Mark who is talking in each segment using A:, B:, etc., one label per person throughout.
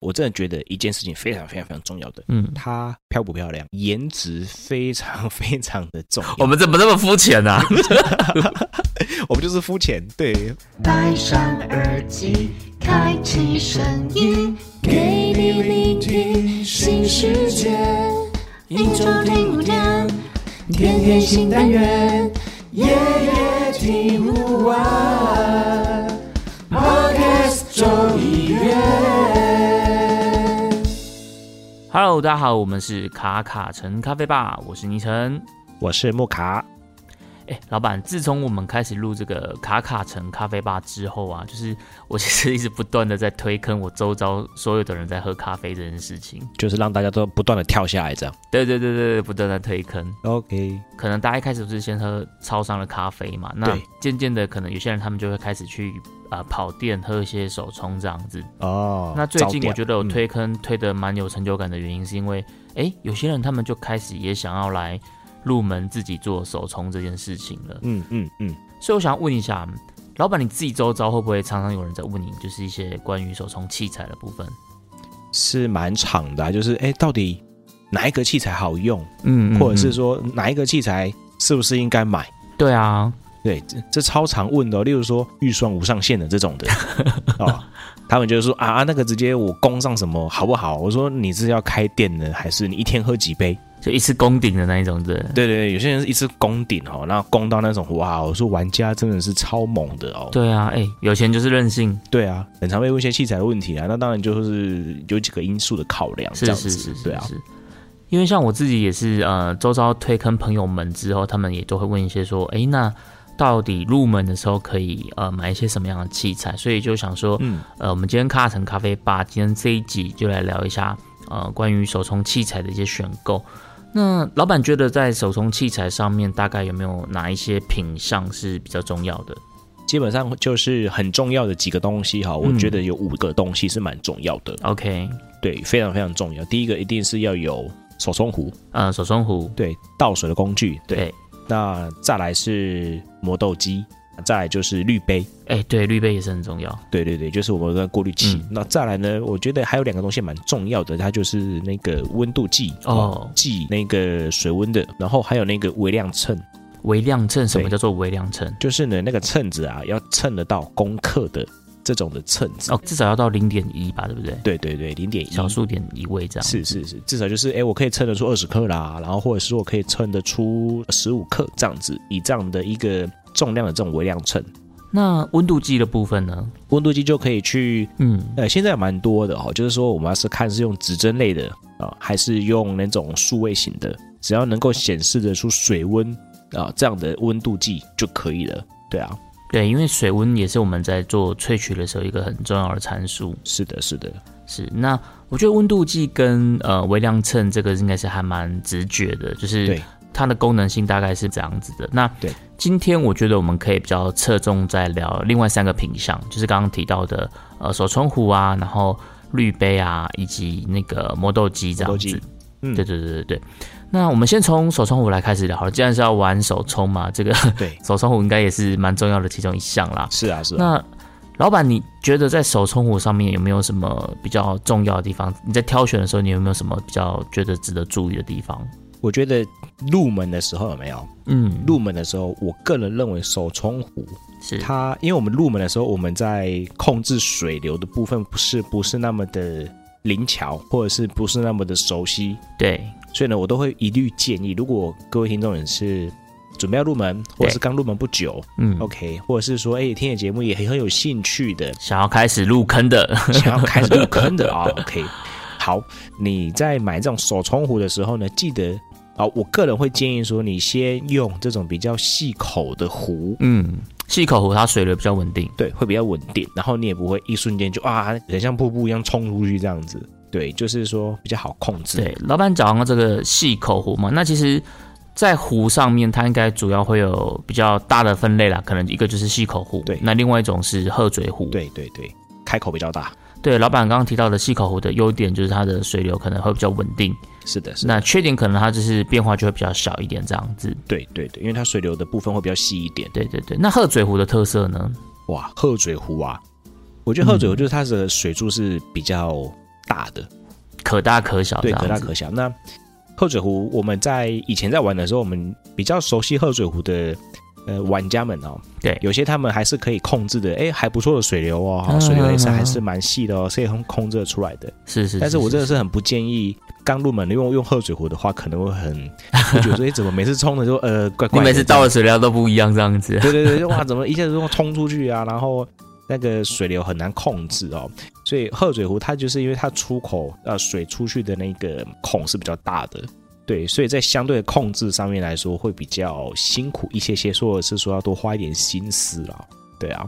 A: 我真的觉得一件事情非常非常非常重要的，
B: 嗯，
A: 她漂不漂亮，颜值非常非常的重要。
B: 我们怎么那么肤浅啊呢？
A: 哦我们就是肤浅，对，
C: 戴上耳机，开启声音，给你聆听新世界。一周听五天，天天新单元，夜夜听不完。Podcast 周一月。
B: Hello，大家好，我们是卡卡城咖啡吧，我是倪晨。
A: 我是木卡，
B: 哎、老板，自从我们开始录这个卡卡城咖啡吧之后啊，就是我其实一直不断的在推坑我周遭所有的人在喝咖啡这件事情。
A: 就是让大家都不断的跳下来这样。
B: 对对对对，对不断的推坑。
A: OK，
B: 可能大家一开始不是先喝超商的咖啡嘛，那
A: 对
B: 渐渐的，可能有些人他们就会开始去啊跑店喝一些手冲这样子。
A: 哦，
B: 那最近我觉得我
A: 嗯
B: 推坑推的蛮有成就感的原因，是因为哎、诶有些人他们就开始也想要来入门自己做手冲这件事情了。
A: 嗯嗯嗯，
B: 所以我想问一下，老板你自己周遭会不会常常有人在问你，就是一些关于手冲器材的部分？
A: 是蛮长的啊、就是哎，到底哪一个器材好用，
B: 嗯
A: 或者是说哪一个器材是不是应该买？
B: 对啊，
A: 对，这这超常问的哦、例如说预算无上限的这种 的哦，他们就是说啊啊，那个直接我供上什么好不好？我说你是要开店呢，还是你一天喝几杯？
B: 就一次攻顶的那一种的。
A: 对对对，有些人是一次攻顶哦，然后攻到那种哇，我说玩家真的是超猛的哦。
B: 对啊，哎、有钱就是任性，
A: 对啊，很常被问一些器材的问题啊，那当然就是有几个因素的考量，
B: 是
A: 这样子
B: 是是是，
A: 对啊，
B: 是因为像我自己也是，呃，周遭推坑朋友们之后，他们也都会问一些说，哎、那到底入门的时候可以呃买一些什么样的器材？所以就想说，
A: 嗯，
B: 呃，我们今天卡城咖啡吧，今天这一集就来聊一下，呃，关于手冲器材的一些选购。那老板觉得在手冲器材上面，大概有没有哪一些品相是比较重要的？
A: 基本上就是很重要的几个东西哈，我
B: 嗯
A: 觉得有五个东西是蛮重要的，
B: OK，
A: 对，非常非常重要。第一个一定是要有手冲壶，
B: 呃，手冲壶，
A: 对，倒水的工具，对，，那再来是磨豆机，再来就是滤杯，
B: 哎、对，滤杯也是很重要。
A: 对对对，就是我们的过滤器。
B: 嗯
A: 那再来呢，我觉得还有两个东西蛮重要的，它就是那个温度计
B: 哦
A: 计那个水温的，然后还有那个微量秤，
B: 微量秤，什么
A: 对
B: 叫做微量秤？
A: 就是呢那个秤子啊，要称得到功课的这种的秤子。
B: 哦，至少要到零点一吧，对不对？
A: 对对对，零点一
B: 小数点一位这样。
A: 嗯是是是，至少就是哎、诶我可以称得出二十克啦，然后或者是我可以称得出十五克这样子，以这样的一个重量的这种微量秤，
B: 那温度计的部分呢？
A: 温度计就可以去
B: 嗯，
A: 呃，现在蛮多的哦，就是说我们要是看是用指针类的啊、还是用那种数位型的，只要能够显示得出水温啊、这样的温度计就可以了。对啊，
B: 对，因为水温也是我们在做萃取的时候一个很重要的参数。
A: 是的，是的，
B: 是，那我觉得温度计跟呃微量秤这个应该是还蛮直觉的，就是
A: 对，
B: 它的功能性大概是这样子的。那
A: 对，
B: 今天我觉得我们可以比较侧重在聊另外三个品项，就是刚刚提到的呃手冲壶啊，然后滤杯啊，以及那个磨豆机这
A: 磨豆
B: 样
A: 机
B: 子。
A: 嗯
B: 对对对对对。那我们先从手冲壶来开始聊好了，既然是要玩手冲嘛，这个
A: 对，
B: 手冲壶应该也是蛮重要的其中一项啦。
A: 是啊，是啊。
B: 那老板，你觉得在手冲壶上面有没有什么比较重要的地方？你在挑选的时候，你有没有什么比较觉得值得注意的地方？
A: 我觉得入门的时候有没有？
B: 嗯，
A: 入门的时候，我个人认为手冲壶
B: 是
A: 它，因为我们入门的时候，我们在控制水流的部分不是不是那么的灵巧，或者是不是那么的熟悉，
B: 对，
A: 所以呢，我都会一律建议，如果各位听众也是准备要入门，或者是刚入门不久
B: 嗯，
A: ，OK，或者是说，哎、听你节目也很有兴趣的
B: 想要开始入坑的，
A: 想要开始入坑的啊、o k 好，你在买这种手冲壶的时候呢，记得啊、我个人会建议说，你先用这种比较细口的壶。
B: 嗯，细口壶它水流比较稳定，
A: 对，会比较稳定，然后你也不会一瞬间就啊，很像瀑布一样冲出去这样子。对，就是说比较好控制。
B: 对，老板讲到这个细口壶嘛，那其实，在壶上面，它应该主要会有比较大的分类啦，可能一个就是细口壶，
A: 对
B: 那另外一种是鹤嘴壶，
A: 对对对，开口比较大。
B: 对，老板刚刚提到的细口壶的优点就是它的水流可能会比较稳定，
A: 是的，是的。
B: 那缺点可能它就是变化就会比较小一点这样子。
A: 对对对，因为它水流的部分会比较细一点。
B: 对对对，那鹤嘴壶的特色
A: 啊
B: 呢？
A: 哇，鹤嘴壶啊，我觉得鹤嘴壶就是它的水柱是比较大的，
B: 可大可小，
A: 对，可大可。小。那鹤嘴湖，我们在以前在玩的时候，我们比较熟悉鹤嘴湖的呃玩家们哦，
B: 对
A: 有些他们还是可以控制的，哎，还不错的水流哦，
B: 嗯
A: 哈水流也是还是蛮细的哦，是可以控控制得出来的。
B: 是是，
A: 但是我真的是很不建议刚入门的用用鹤嘴湖的话，可能会 很会觉得说，哎，怎么每次冲的就呃怪
B: 你
A: 怪的，
B: 每次倒的水料都不一样，这样 子。啊
A: 对对对，哇，怎么一下子就冲出去啊？然后那个水流很难控制哦，所以鹤嘴湖它就是因为它出口呃水出去的那个孔是比较大的，对，所以在相对的控制上面来说会比较辛苦一些些，或者是说要多花一点心思啦。对啊，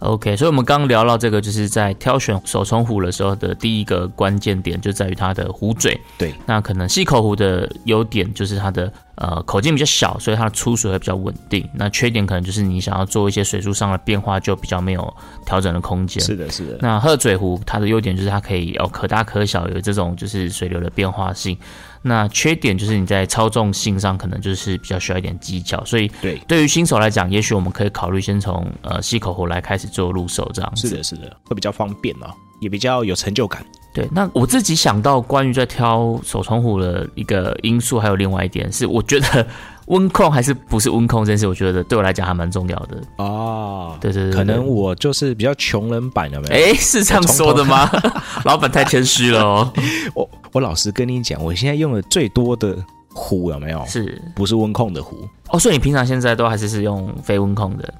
B: OK，所以我们刚聊到这个，就是在挑选手冲壶的时候的第一个关键点就在于它的壶嘴。
A: 对，
B: 那可能细口壶的优点就是它的呃口径比较小，所以它的出水会比较稳定。那缺点可能就是你想要做一些水柱上的变化，就比较没有调整的空间。
A: 是的，是的，
B: 那鹤嘴壶它的优点就是它可以哦可大可小，有这种就是水流的变化性。那缺点就是你在操纵性上可能就是比较需要一点技巧，所以
A: 对
B: 对于新手来讲，也许我们可以考虑先从呃吸口壶来开始做入手这样子。
A: 是的，是的，会比较方便哦，也比较有成就感。
B: 对，那我自己想到关于在挑手冲壶的一个因素，还有另外一点是，我觉得温控还是哎不是温控这件事，我觉得对我来讲还蛮重要的。
A: 哦，
B: 啊对对对对
A: 可能我就是比较穷人版，有没有？
B: 哎，是这样说的吗？ 老板太谦虚了 哦。
A: 我我老实跟你讲，我现在用的最多的壶有没有？
B: 是
A: 不是温控的壶，
B: 哦，所以你平常现在都还是是用非温控的。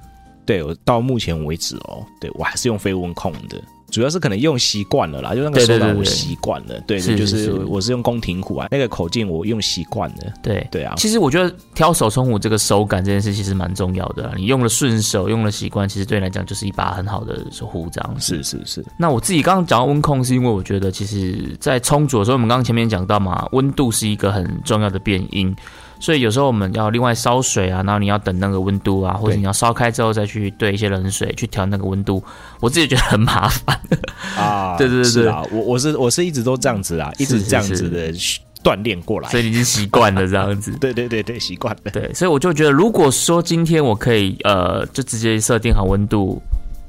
A: 对我到目前为止哦，对我还是用飞温控的，主要是可能用习惯了啦，就那个
B: 对
A: 手
B: 对对
A: 感我
B: 对
A: 习惯了，对，
B: 是
A: 就是是
B: 是
A: 我是用宫廷壶啊，那个口径我用习惯了，
B: 对
A: 对啊
B: 其实我觉得挑手冲壶这个手感这件事其实蛮重要的啊啦，你用了顺手，用了习惯，其实对你来讲就是一把很好的手壶这样子。
A: 是是 是，
B: 那我自己刚刚讲到温控，是因为我觉得其实，在冲煮的时候，我们刚刚前面讲到嘛，温度是一个很重要的变因，所以有时候我们要另外烧水啊，然后你要等那个温度啊，或者
A: 对
B: 你要烧开之后再去兑一些冷水去调那个温度，我自己觉得很麻烦。
A: 啊，
B: 对对对对
A: 是啊，我我是我是一直都这样子啊，一
B: 是
A: 直
B: 是
A: 这样
B: 是
A: 子的锻炼过来
B: 所，以你已经习惯了这样子。
A: 对对对对，习惯了，
B: 对，所以我就觉得，如果说今天我可以呃，就直接设定好温度，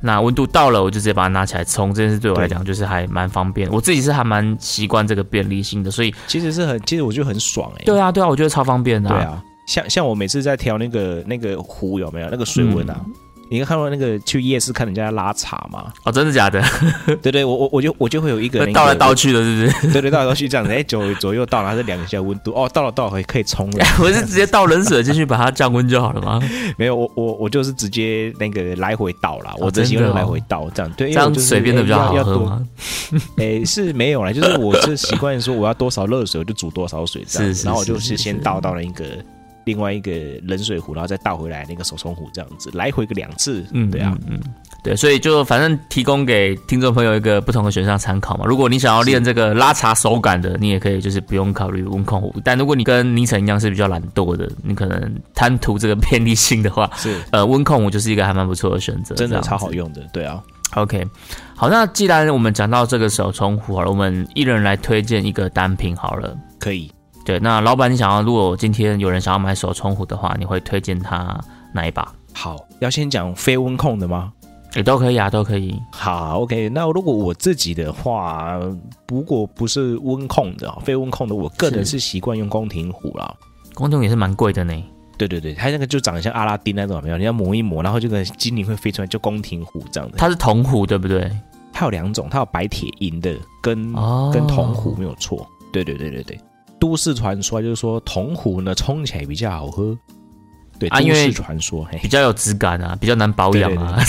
B: 那温度到了，我就直接把它拿起来冲，这件事对我来讲就是还蛮方便。我自己是还蛮习惯这个便利性的，所以
A: 其实是很，其实我觉得很爽哎、
B: 对啊，对啊，我觉得超方便的、
A: 对啊，像像我每次在调那个那个壶有没有那个水温
B: 嗯
A: 啊？你看到那个去夜市看人家拉茶 嘛？
B: 哦，真的假的？
A: 对对，我我我就我就会有一 个那个
B: 倒来倒去的，是不是？
A: 对对，到时去这样子，哎，九左右到，然后再量一下温度，哦，到了到了，可以冲 了。
B: 我是直接倒冷水进去把它降温就好了吗？
A: 没有，我我我就是直接那个来回倒啦，我
B: 哦
A: 只喜
B: 真
A: 欢
B: 的哦
A: 来回倒这样，对，因
B: 这
A: 为我
B: 样
A: 就是
B: 水变得比较好
A: 要
B: 喝？
A: 要多
B: 吗？
A: 哎，是没有啦，就是我是习惯说我要多少热水我就煮多少水这样
B: 是
A: 子，
B: 是
A: 然后我就是是
B: 是
A: 先
B: 是
A: 倒到了一个另外一个冷水壶，然后再倒回来那个手冲壶这样子，来回个两次，
B: 嗯，
A: 对啊，
B: 嗯，嗯对，所以就反正提供给听众朋友一个不同的选项参考嘛。如果你想要练这个拉茶手感的，你也可以就是不用考虑温控壶。但如果你跟倪晨一样是比较懒惰的，你可能贪图这个便利性的话，
A: 是
B: 呃，温控壶就是一个还蛮不错的选择，
A: 真
B: 这
A: 的
B: 样
A: 超好用的，对啊，
B: OK，好，那既然我们讲到这个手冲壶好了，我们一人来推荐一个单品好了。
A: 可以。
B: 对，那老板，你想要如果今天有人想要买手冲壶的话，你会推荐他哪一把？
A: 好，要先讲非温控的吗？
B: 也都可以啊，都可以。
A: 好，OK。那如果我自己的话，如果不是温控的啊，非温控的，我个人
B: 是
A: 是习惯用宫廷壶啦。
B: 公众也是蛮贵的呢。有
A: 对对对，它那个就长得像阿拉丁那种，有没有？你要磨一磨，然后这个精灵会飞出来，就宫廷壶这样的。它
B: 它是铜壶，对不对？
A: 它有两种，它有白铁银的跟、
B: 哦
A: 嗯跟铜壶没有错。对对对对对，都市传说就是说铜壶呢冲起来比较好喝。对，
B: 啊因
A: 都
B: 为
A: 市传说，嘿
B: 比，较有质感啊，比较难保养啊，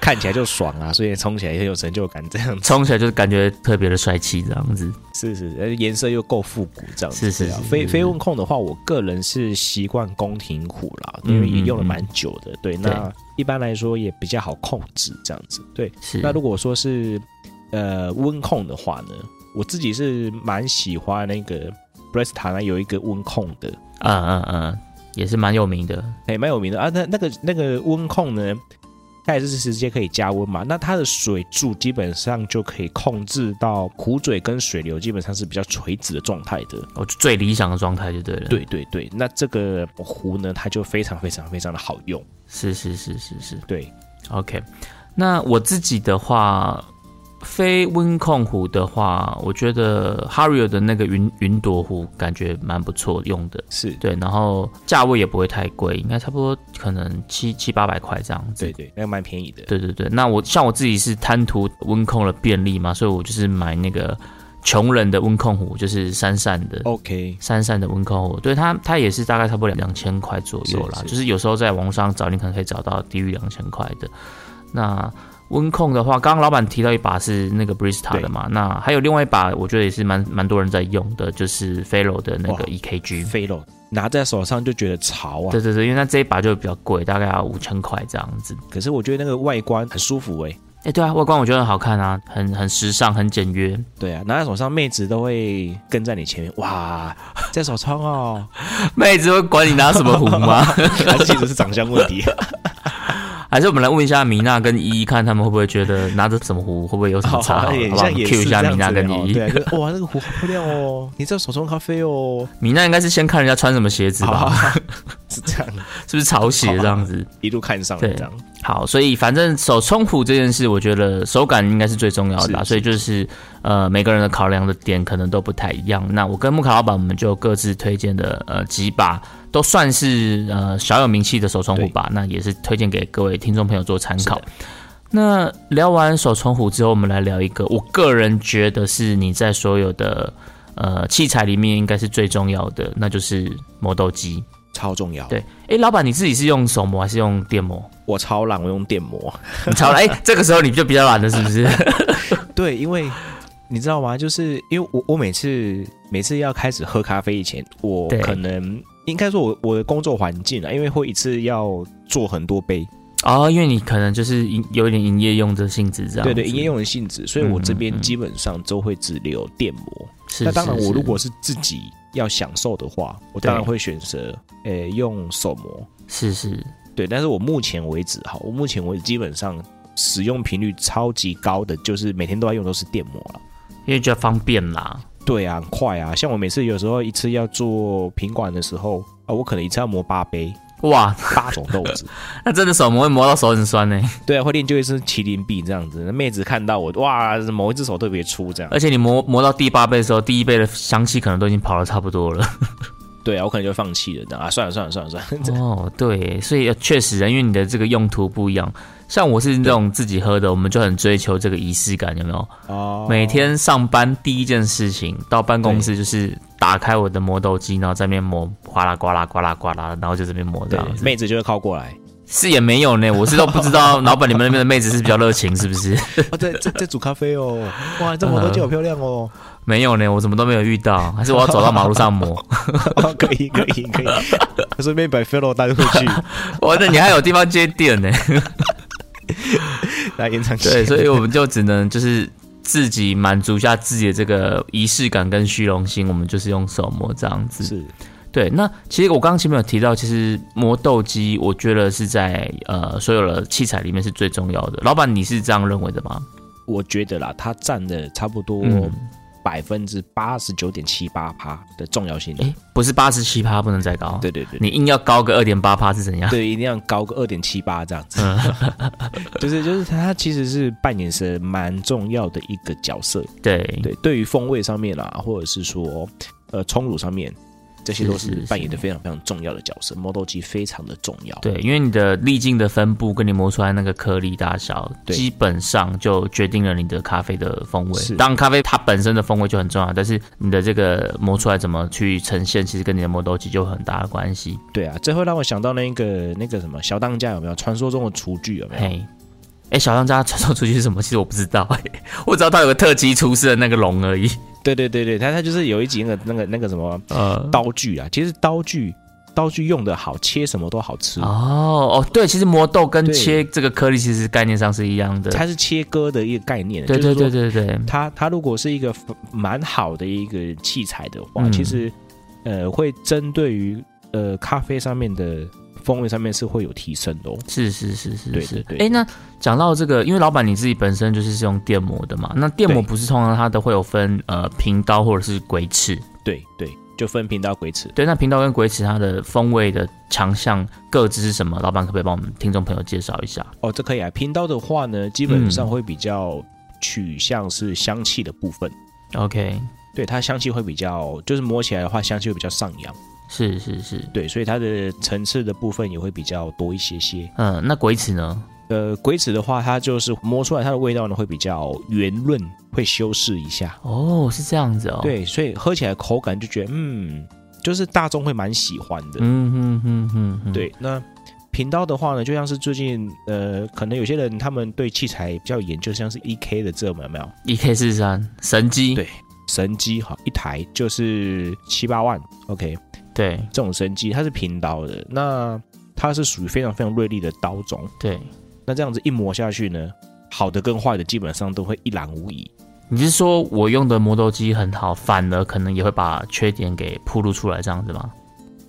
A: 看起来就爽啊，所以冲起来很有成就感，这样子。
B: 冲起来就是感觉特别的帅气这样子。
A: 是是，呃颜色又够复古这样子。
B: 是是
A: 对啊
B: 是
A: 非
B: 是
A: 非
B: 是
A: 温控的话，我个人是习惯宫廷壶啦，因为也
B: 嗯嗯
A: 用了
B: 嗯
A: 蛮久的。对，那一般来说也比较好控制这样子。对，
B: 是，
A: 那如果说是呃温控的话呢，我自己是蛮喜欢那个 Bresta 呢有一个温控的，
B: 嗯嗯嗯，也是蛮有名的。
A: 哎、蛮有名的啊。那那个那个温控呢，它也是直接可以加温嘛。那它的水柱基本上就可以控制到壶嘴跟水流基本上是比较垂直的状态的。
B: 我哦最理想的状态就对了。，
A: 对对对，那这个壶呢，它就非常非常非常的好用。
B: 是是是是是
A: 对，
B: ，OK。那我自己的话，非温控壶的话，我觉得 Harrier 的那个云云朵壶感觉蛮不错用的，
A: 是
B: 对，然后价位也不会太贵，应该差不多可能七七八百块这样子。
A: 对对，那个蛮便宜的。
B: 对对对，那我像我自己是贪图温控的便利嘛，所以我就是买那个穷人的温控壶，就是闪闪的。
A: OK，
B: 闪闪的温控壶，对它，它也是大概差不多两两千块左右啦。
A: 是是
B: 就是有时候在网络上找，你可能可以找到低于两千块的。那温控的话，刚刚老板提到一把是那个 Brista
A: 对
B: 的嘛，那还有另外一把，我觉得也是蛮蛮多人在用的，就是 Felo 的那
A: 哇
B: 个 EKG。
A: 飞龙拿在手上就觉得潮啊
B: 对，对对，因为它这一把就比较贵，大概要五千块这样子。
A: 可是我觉得那个外观很舒服哎、
B: 哎、对啊，外观我觉得很好看啊，很很时尚，很简约。
A: 对啊，拿在手上，妹子都会跟在你前面，哇，在手冲 哦，
B: 妹子会管你拿什么壶吗？
A: 还是其实是长相问题，
B: 还是我们来问一下米娜跟依依，看他们会不会觉得拿着什么壶会不会有什么差？好
A: 也
B: 不好
A: 哦像也
B: ？Q
A: 是
B: 一
A: 这
B: 下米
A: 样
B: 娜
A: 子
B: 跟
A: 哦
B: 依依
A: 对、啊，。就是哇，那个壶好漂亮哦，你这手冲咖啡哦，
B: 米娜应该是先看人家穿什么鞋子
A: 好
B: 吧？
A: 啊，是这样，
B: 是不是潮鞋这样子？
A: 一路看上
B: 对
A: 这样，
B: 好，所以反正手冲壶这件事，我觉得手感应该是最重要的吧。
A: 是
B: 所以就是呃，每个人的考量的点可能都不太一样。那我跟木卡老板，我们就各自推荐的呃几把，都算是呃小有名气的手冲壶吧。那也是推荐给各位听众朋友做参考
A: 是。
B: 那聊完手冲壶之后，我们来聊一个，我个人觉得是你在所有的呃器材里面应该是最重要的，那就是磨豆机。
A: 超重要。
B: 对，诶，老板你自己是用手磨还是用电磨？
A: 我超懒，我用电磨。
B: 你 超懒，哎、这个时候你就比较懒了，是不 是？
A: 对，因为你知道吗？就是因为我我每次每次要开始喝咖啡以前，我
B: 对
A: 可能应该说我我的工作环境啊，因为会一次要做很多杯，
B: 哦，因为你可能就是营有一点营业用的性质，这样
A: 对对，
B: 子
A: 营业用的性质，所以我这
B: 嗯嗯
A: 边
B: 嗯
A: 基本上都会只留电磨。
B: 是。
A: 那当然，
B: 是
A: 我如果
B: 是
A: 是自己要享受的话，我当然
B: 对
A: 会选择呃用手磨。
B: 是是
A: 对，但是我目前为止哈，我目前为止基本上使用频率超级高的，就是每天都要用都是电磨了。
B: 因为觉得方便啦，
A: 对啊，很快啊！像我每次有时候一次要做品管的时候啊，我可能一次要磨八杯
B: 哇，
A: 八种豆 子，
B: 那真的手磨会磨到手很酸呢、
A: 对啊，会练就一身麒麟臂这样子。那妹子看到我，哇，某一只手特别粗这样，
B: 而且你磨磨到第八杯的时候，第一杯的香气可能都已经跑的差不多 了。
A: 对啊，我可能就放弃了这样啊，算了算了算了算了，
B: 哦，对，所以确实啊，因为你的这个用途不一样。像我是那种自己喝的，我们就很追求这个仪式感，有没有？
A: 哦
B: 每天上班第一件事情到办公室就是打开我的磨豆机，然后在那边磨，哗啦呱啦呱啦呱啦，然后就这边磨这
A: 对啊
B: 样，子。
A: 妹子就会靠过来。
B: 是也没有呢，我是都不知道老板你们那边的妹子是比较热情是不是？
A: 哦，对，在在煮咖啡 哦，哇，这磨豆机好漂亮哦，
B: 没有呢，我怎么都没有遇到，还是我要走到马路上 磨？
A: 哦可以可以 可以，顺便把 fellow 带过去
B: 哇，那你还有地方接电呢？
A: 来延长
B: 对，
A: 线。
B: 所以我们就只能就是自己满足一下自己的这个仪式感跟虚荣心，我们就是用手磨这样子。
A: 是
B: 对，那其实我刚刚前面有提到，其实磨豆机我觉得是在呃所有的器材里面是最重要的。老板，你是这样认为的吗？
A: 我觉得啦，它占了差不多
B: 嗯
A: 百分之八十九点七八趴的重要性。
B: 诶，不是八十七趴不能再高，
A: 对对对，
B: 你硬要高个二点八趴是怎样？
A: 对一定要高个二点七八这样 子，就是就是它其实是扮演是蛮重要的一个角色。
B: 对
A: 对，对于风味上面啦，或者是说呃冲乳上面，这些都是
B: 是是
A: 扮演的非常非常重要的角色。磨豆机非常的重要。
B: 对，因为你的粒径的分布跟你磨出来那个颗粒大小，
A: 对
B: 基本上就决定了你的咖啡的风味
A: 是。
B: 当然，咖啡它本身的风味就很重要，但是你的这个磨出来怎么去呈现，其实跟你的磨豆机就有很大的关系。
A: 对啊，这会让我想到那个那个什么小当家有没有？传说中的厨具有没有？
B: 嘿，哎，小当家传送出去是什么？其实我不知道，哎， 我只知道他有个特级厨师的那个龙而已。
A: 对对对对，它它就是有一集那个那个那个什么
B: 呃，
A: 刀具啊，其实刀具刀具用的好，切什么都好吃。
B: 哦哦，对，其实磨豆跟
A: 对
B: 切这个颗粒其实概念上是一样的。
A: 它是切割的一个概念，
B: 对
A: 就是说
B: 对对对对，
A: 它它如果是一个蛮好的一个器材的话，
B: 嗯
A: 其实呃会针对于呃咖啡上面的风味上面是会有提升的哦。
B: 是是是是
A: 对
B: 是
A: 对。对
B: 哎，那讲到这个，因为老板你自己本身就是是用电磨的嘛，那电磨
A: 对
B: 不是通常它都会有分呃平刀或者是鬼齿，
A: 对对，就分频道鬼齿。
B: 对，那平刀跟鬼齿它的风味的强项各自是什么？老板可不可以帮我们听众朋友介绍一下？
A: 哦，这可以啊。频道的话呢，基本上会比较取向是香气的部分，
B: OK，
A: 对它香气会比较，就是摸起来的话，香气会比较上扬，
B: 是是是，
A: 对，所以它的层次的部分也会比较多一些些。
B: 嗯，那鬼子呢？
A: 呃，龟子的话，它就是摸出来它的味道呢会比较圆润，会修饰一下，
B: 哦，是这样子哦，，
A: 对，所以喝起来口感就觉得嗯，就是大众会蛮喜欢的。
B: 嗯哼哼哼哼，，
A: 对，那频道的话呢，就像是最近呃，可能有些人他们对器材比较研究，像是 E K 的这种有没有？
B: 一 E K 四三神机，
A: 对神机哈，一台就是七八万，OK，
B: 对
A: 这种神机它是平刀的，那它是属于非常非常锐利的刀种，
B: 对，
A: 那这样子一磨下去呢，好的跟坏的基本上都会一览无遗。
B: 你是说我用的磨豆机很好，反而可能也会把缺点给暴露出来，这样子吗？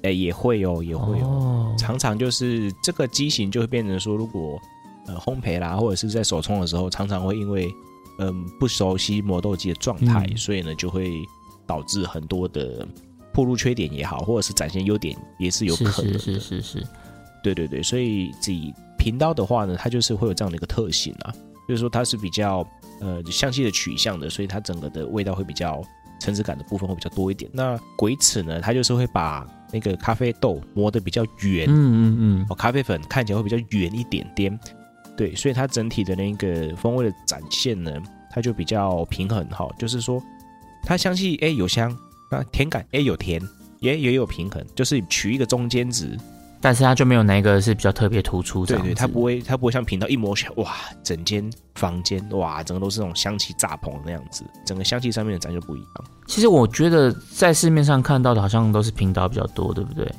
A: 哎、也会哦，也会哦，
B: 哦，
A: 常常就是这个机型就会变成说，如果呃烘焙啦，或者是在手冲的时候，常常会因为嗯、不熟悉磨豆机的状态，
B: 嗯
A: 所以呢就会导致很多的暴露缺点也好，或者是展现优点也是有
B: 是
A: 可能
B: 是
A: 的。
B: 是是是，
A: 对对对，所以自己频道的话呢，它就是会有这样的一个特性啊，就是说它是比较呃香气的取向的，所以它整个的味道会比较层次感的部分会比较多一点。那鬼齿呢，它就是会把那个咖啡豆磨得比较圆，
B: 嗯嗯
A: 哦，咖啡粉看起来会比较圆一点点，对，所以它整体的那个风味的展现呢，它就比较平衡哈、就是说它香气哎有香，那甜感哎有甜，也也有平衡，就是取一个中间值，
B: 嗯，但是它就没有哪一个是比较特别突出，这
A: 对
B: 样
A: 对，它
B: 子
A: 不会，它不会像频道一摸起来，哇，整间房间哇，整个都是那种香气炸棚的那样子，整个香气上面的展就不一样。
B: 其实我觉得在市面上看到的好像都是平刀比较多，对不对？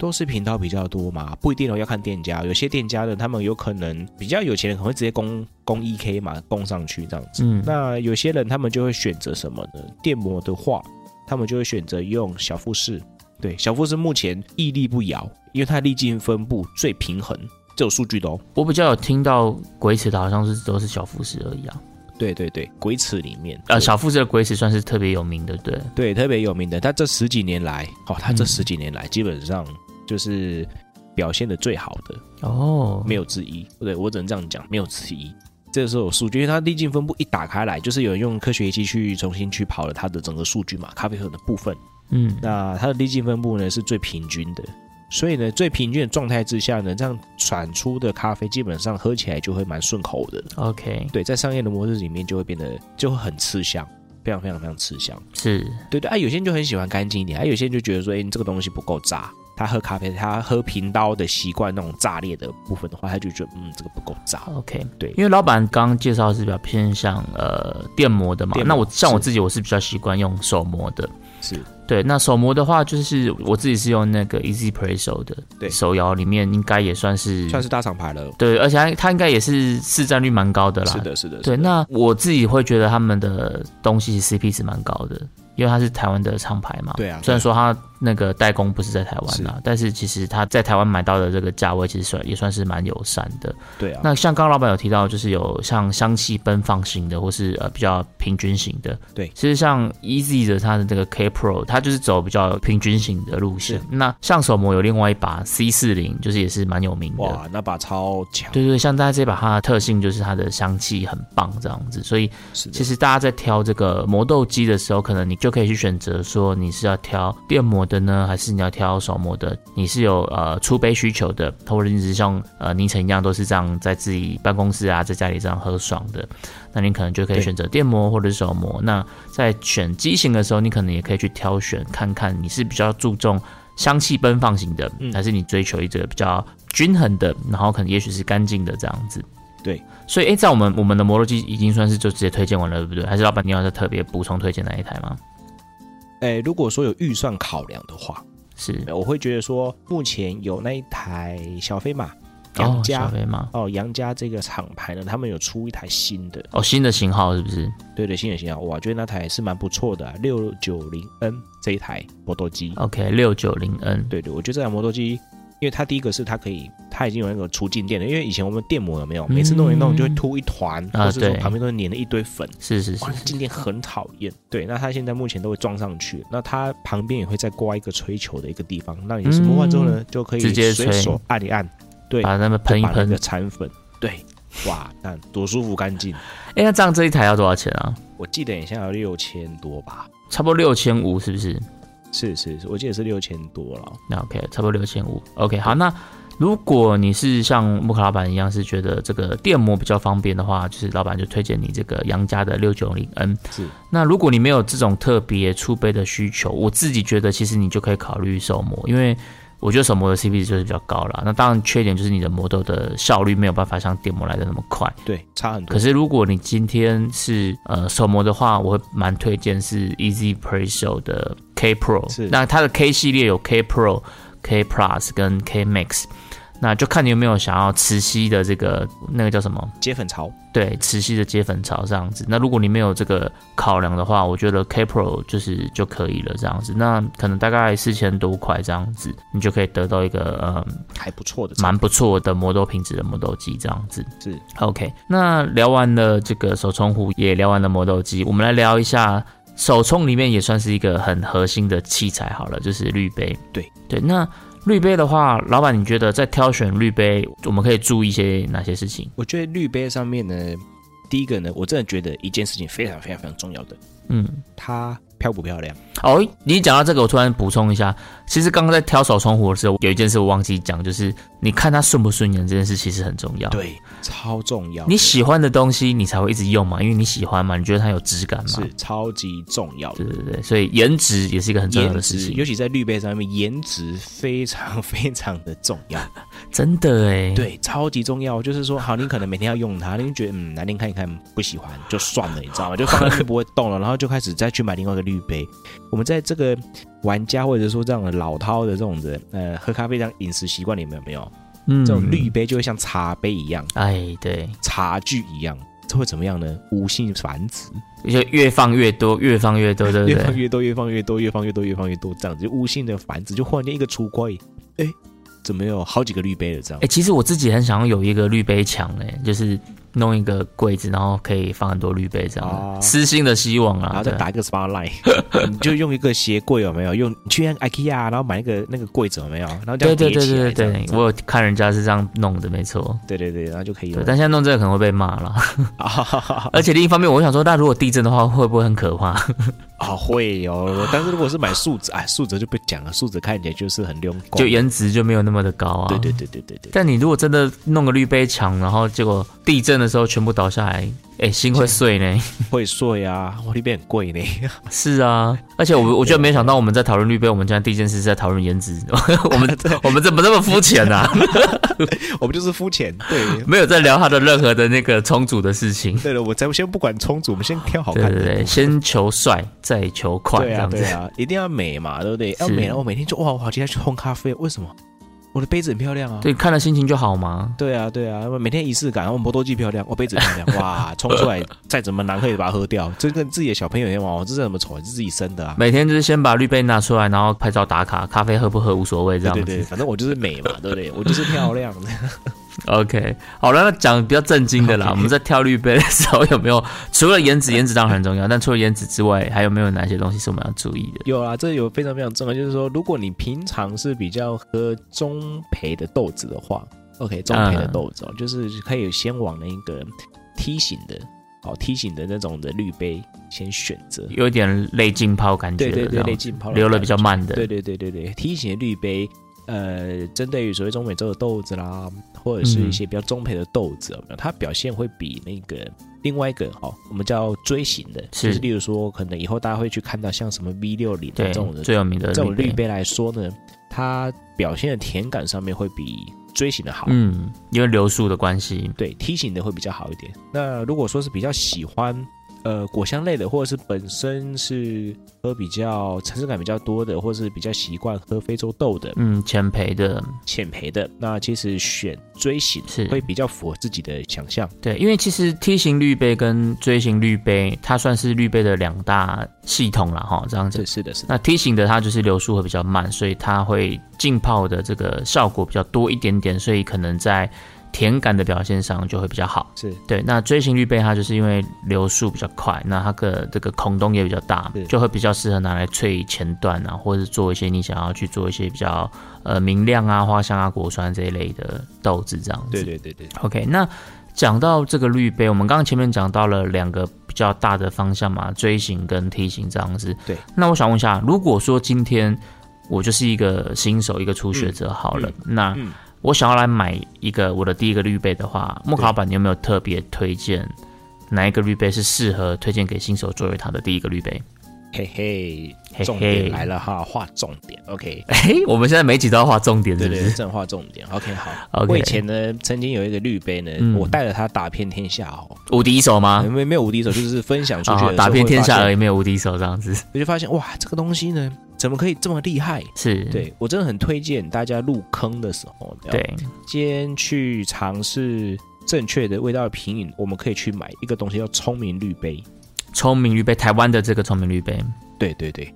A: 都是频道比较多嘛，不一定哦，要看店家。有些店家的他们有可能比较有钱的，可能会直接供供 E K 嘛，供上去这样子。
B: 嗯，
A: 那有些人他们就会选择什么呢？电摩的话，他们就会选择用小富士。对，小富士目前屹立不摇，因为它粒径分布最平衡，这有数据的哦。
B: 我比较有听到鬼齿的好像是都是小富士而已啊，
A: 对对对，鬼齿里面
B: 呃，小富士的鬼齿算是特别有名的，对不对？
A: 对，特别有名的，他这十几年来，哦，他这
B: 嗯
A: 十几年来基本上就是表现的最好的，
B: 哦，
A: 没有之一。对我只能这样讲，没有之一。这个时候有数据，因为它粒径分布一打开来，就是有人用科学仪器去重新去跑了它的整个数据嘛，咖啡粉的部分。
B: 嗯，
A: 那它的粒径分布呢是最平均的，所以呢最平均的状态之下呢，这样产出的咖啡基本上喝起来就会蛮顺口的。
B: OK，
A: 对，在商业的模式里面就会变得就会很吃香，非常非常非常吃香。
B: 是
A: 对对，啊，有些人就很喜欢干净一点，啊，有些人就觉得说，哎、你这个东西不够炸。他喝咖啡，他喝平刀的习惯那种炸裂的部分的话，他就觉得，嗯，这个不够炸。
B: OK，
A: 对
B: 因为老板刚刚介绍是比较偏向呃电磨的嘛，
A: 电
B: 那
A: 磨
B: 我像我
A: 是
B: 自己我是比较习惯用手磨的，
A: 是
B: 对，那手磨的话就是我自己是用那个 Easy Presso 的，
A: 对
B: 手摇里面应该也算是
A: 算是大厂牌了。
B: 对，而且它它应该也是市占率蛮高的啦，
A: 是的，是的。是的
B: 对，那我自己会觉得他们的东西 CP 值蛮高的，因为它是台湾的厂牌嘛。
A: 对啊
B: 虽然说它那个代工不是在台湾
A: 是
B: 啦，但是其实它在台湾买到的这个价位，其实算也算是蛮友善的。
A: 对啊，
B: 那像刚刚老板有提到，就是有像香气奔放型的，或是呃比较平均型的。
A: 对
B: 其实像 Easy 的它的这个 K Pro，它就是走比较平均型的路线
A: 是。
B: 那像手模有另外一把 C 四零，就是也是蛮有名的。
A: 哇，那把超强。
B: 对对，像大家这把它的特性就是它的香气很棒这样子，所以
A: 是
B: 其
A: 的，
B: 实大家在挑这个磨豆机的时候，可能你就可以去选择说你是要挑电磨的呢，还是你要挑手磨的？你是有呃出杯需求的，或者你只是像呃宁晨一样都是这样在自己办公室啊，在家里这样喝爽的，那你可能就可以
A: 对
B: 选择电磨或者是手磨。那在选机型的时候，你可能也可以去挑选看看你是比较注重香气奔放型的，
A: 嗯
B: 还是你追求一个比较均衡的，然后可能也许是干净的这样子。
A: 对，
B: 所以诶，在我们我们的磨豆机已经算是就直接推荐完了，对不对？还是老板你要再特别补充推荐哪一台吗？
A: 哎、如果说有预算考量的话，
B: 是
A: 我会觉得说，目前有那一台小飞马
B: 哦
A: 杨，家
B: 小飞吗？
A: 哦，杨家这个厂牌呢，他们有出一台新的，
B: 哦，新的型号是不是？
A: 对对，新的型号，哇，觉得那台也是蛮不错的、啊，六九零 N 这一台磨豆机。
B: OK，六九零 N，
A: 对对，我觉得这台磨豆机，因为它第一个是它可以，它已经有那个除静电了，因为以前我们电磨有没有，每次弄一弄就会凸一团，
B: 啊
A: 或是说
B: 对
A: 旁边都粘了一堆粉，
B: 是是是
A: 哇，那静电很讨厌。对，那它现在目前都会装上去，那它旁边也会再挂一个吹球的一个地方，那你是摸完之后呢，就可以
B: 嗯直接
A: 随
B: 吹
A: 手按一按，对，
B: 把它们
A: 就
B: 喷一
A: 把那个
B: 喷，
A: 残粉，对，哇，看多舒服干净。
B: 哎，那这样这一台要多少钱啊？
A: 我记得你现在要六千多吧？
B: 差不多六千五是不是？
A: 是是，是我记得是六千多了。
B: 那 OK，差不多六千五。OK，好，那如果你是像木克老板一样，是觉得这个电摩比较方便的话，就是老板就推荐你这个杨家的六九零 N。
A: 是，
B: 那如果你没有这种特别储备的需求，我自己觉得其实你就可以考虑手磨，因为我觉得手磨的 CP 值就是比较高啦。那当然缺点就是你的磨豆的效率没有办法像电磨来的那么快。
A: 对，差很多。
B: 可是如果你今天是呃手磨的话，我会蛮推荐是 Easy Presso 的 K Pro，
A: 是
B: 那它的 K 系列有 K Pro、K Plus 跟 K Max，那就看你有没有想要磁吸的这个那个叫什么？
A: 接粉槽
B: 对，磁吸的接粉槽这样子。那如果你没有这个考量的话，我觉得 K Pro 就是就可以了这样子。那可能大概四千多块这样子，你就可以得到一个嗯
A: 还不错的，
B: 蛮不错的磨豆品质的磨豆机这样子。
A: 是
B: OK，那聊完了这个手冲壶，也聊完了磨豆机，我们来聊一下手冲里面也算是一个很核心的器材好了，就是滤杯。
A: 对
B: 对，那滤杯的话，老板你觉得在挑选滤杯，我们可以注意一些哪些事情？
A: 我觉得滤杯上面呢，第一个呢，我真的觉得一件事情非常非常非常重要的，
B: 嗯，
A: 它漂不漂亮？
B: 哦，你讲到这个，我突然补充一下，其实刚刚在挑手冲壶的时候，有一件事我忘记讲，就是你看它顺不顺眼这件事其实很重要。，
A: 对，超重要的，
B: 你喜欢的东西你才会一直用嘛，因为你喜欢嘛，你觉得它有质感嘛。
A: 是超级重要的
B: 对。对对，所以颜值也是一个很重要
A: 颜
B: 的事
A: 值，
B: 情。
A: 尤其在滤杯上面，颜值非常非常的重 要，
B: 哎真的哎，，
A: 对，超级重要。就是说，好，你可能每天要用它，你就觉得嗯，哪天看一看不喜欢就算了，你知道吗？ 就放在那边不会动了，然后就开始再去买另外一个滤杯。我们在这个玩家或者说这样的老饕的这种人，呃，喝咖啡这样饮食习惯里面有没有？
B: 嗯
A: 这种滤，杯就会像茶杯一样，
B: 哎，对，
A: 茶具一样，这会怎么样呢？无性繁殖，
B: 就越放越多，越放越多，对不
A: 越放
B: 对？
A: 越多，越放越多，越放越多，越放越多，这样子就无性的繁殖，就忽然间一个橱柜，哎，怎么有好几个滤杯了？这样
B: 哎，，其实我自己很想要有一个滤杯墙，哎，就是弄一个柜子，然后可以放很多滤杯这
A: 哦
B: 样，私心的希望
A: 然
B: 啊
A: 后，再
B: 对
A: 打一个 spotlight，你就用一个鞋柜有没有？用你去那个 IKEA，然后买一个那个柜子有没有？然后这
B: 对
A: 样
B: 对
A: 叠
B: 对
A: 起来
B: 对
A: 这
B: 对
A: 样，子，
B: 我有看人家是这样弄的，没错。
A: 对对对，然后就可以
B: 对
A: 了，。
B: 但现在弄这个可能会被骂了，
A: 啊
B: 而且另一方面，我想说，那如果地震的话，会不会很可怕？
A: 啊会哦，但是如果是买树脂，哎，树脂就不讲了，树脂看起来就是很溜光，
B: 就颜值就没有那么的高啊。
A: 对对对对对对，
B: 但你如果真的弄个绿杯墙，然后结果地震的时候全部倒下来，哎，心会碎呢。
A: 会碎啊，我那边很贵呢。
B: 是啊，而且我我居然没想到我们在讨论绿杯，我们竟然第一件事是在讨论颜值， 我们我们怎么这么肤浅啊？
A: 我们就是肤浅。 对，
B: 没有在聊他的任何的那个充足的事情。
A: 对了，我咱们先不管充足，我们先挑好
B: 对
A: 看的。
B: 对对，先求帅，再求快，这
A: 对啊，
B: 样子
A: 对。啊，一定要美嘛，对不对？要
B: 是
A: 美，我每天就哇，我好期待去烘咖啡，为什么？我的杯子很漂亮啊。
B: 对，看了心情就好嘛。
A: 对啊，对啊，每天仪式感，我磨豆机漂亮，我杯子漂亮， 哇，冲出来再怎么难喝也把它喝掉。这跟自己的小朋友一样，哇，我这是怎么丑，这是自己生的啊。
B: 每天就是先把绿杯拿出来，然后拍照打卡，咖啡喝不喝无所谓，这
A: 对
B: 样子。
A: 对对，反正我就是美嘛，对不对？我就是漂亮的。
B: OK，好了，那讲比较震惊的啦。我们在挑滤杯的时候，有没有 除了颜值，颜值当然很重要，但除了颜值之外，还有没有哪些东西是我们要注意的？
A: 有啦，啊这有非常非常重要，就是说，如果你平常是比较喝中培的豆子的话，OK，中培的
B: 嗯
A: 豆子哦，就是可以先往那个梯形的哦，梯形的那种的滤杯先选择。
B: 有点类浸泡感觉
A: 对
B: 的，
A: 对
B: 这
A: 对，
B: 样
A: 类浸泡
B: 流了比较慢的。
A: 对对对对对，梯形的滤杯，呃，针对于所谓中美洲的豆子啦，或者是
B: 嗯
A: 一些比较中培的豆子，有没有它表现会比那个另外一个哦，我们叫锥形的，
B: 是
A: 就是例如说，可能以后大家会去看到像什么 V 六零啊
B: 对
A: 这种的
B: 最有名的
A: 这种
B: 滤
A: 滤，杯来说呢，它表现的甜感上面会比锥形的好。
B: 嗯，因为流速的关系，
A: 对梯形的会比较好一点。那如果说是比较喜欢呃果香类的，或者是本身是喝比较层次感比较多的，或者是比较习惯喝非洲豆的
B: 嗯，前培的，
A: 浅焙的，那其实选锥形
B: 是
A: 会比较符合自己的想象。
B: 对，因为其实梯形滤杯跟锥形滤杯，它算是滤杯的两大系统了哈，这样子
A: 这。是的是的，
B: 那梯形的它就是流速会比较慢，所以它会浸泡的这个效果比较多一点点，所以可能在甜感的表现上就会比较好。
A: 是
B: 对，那锥形滤杯它就是因为流速比较快，那它的这个孔洞也比较大
A: 是，
B: 就会比较适合拿来萃前段啊，或者是做一些你想要去做一些比较呃明亮啊、花香啊、果酸这一类的豆子这样子。
A: 对对对对，
B: OK，那讲到这个滤杯，我们刚刚前面讲到了两个比较大的方向嘛，J 型跟 T 型这样子。
A: 对。
B: 那我想问一下，如果说今天我就是一个新手，一个初学者好了，那
A: 嗯
B: 我想要来买一个我的第一个滤杯的话，莫卡老板你有没有特别推荐哪一个滤杯是适合推荐给新手作为他的第一个滤 杯？
A: 嘿嘿
B: 嘿，
A: 重点来了哈，画重点，OK，
B: 嘿，我们现在每集都要画重点，
A: 对
B: 是不
A: 对，
B: 是
A: 对？正画重点，OK，好。
B: 嗯 OK
A: 我以前呢，曾经有一个绿杯呢，
B: 嗯
A: 我带着它打遍天下哦，
B: 无敌手吗？
A: 没没有无敌手，就是分享出去的时候
B: 啊，打遍天下而已，
A: 已。
B: 没有无敌手这样子。
A: 我就发现哇，这个东西呢，怎么可以这么厉害？
B: 是，
A: 对我真的很推荐大家入坑的时候，
B: 对，
A: 先去尝试正确的味道的品饮，我们可以去买一个东西叫聪明绿杯。
B: 聪明绿杯，台湾的这个聪明绿杯，
A: 对对对，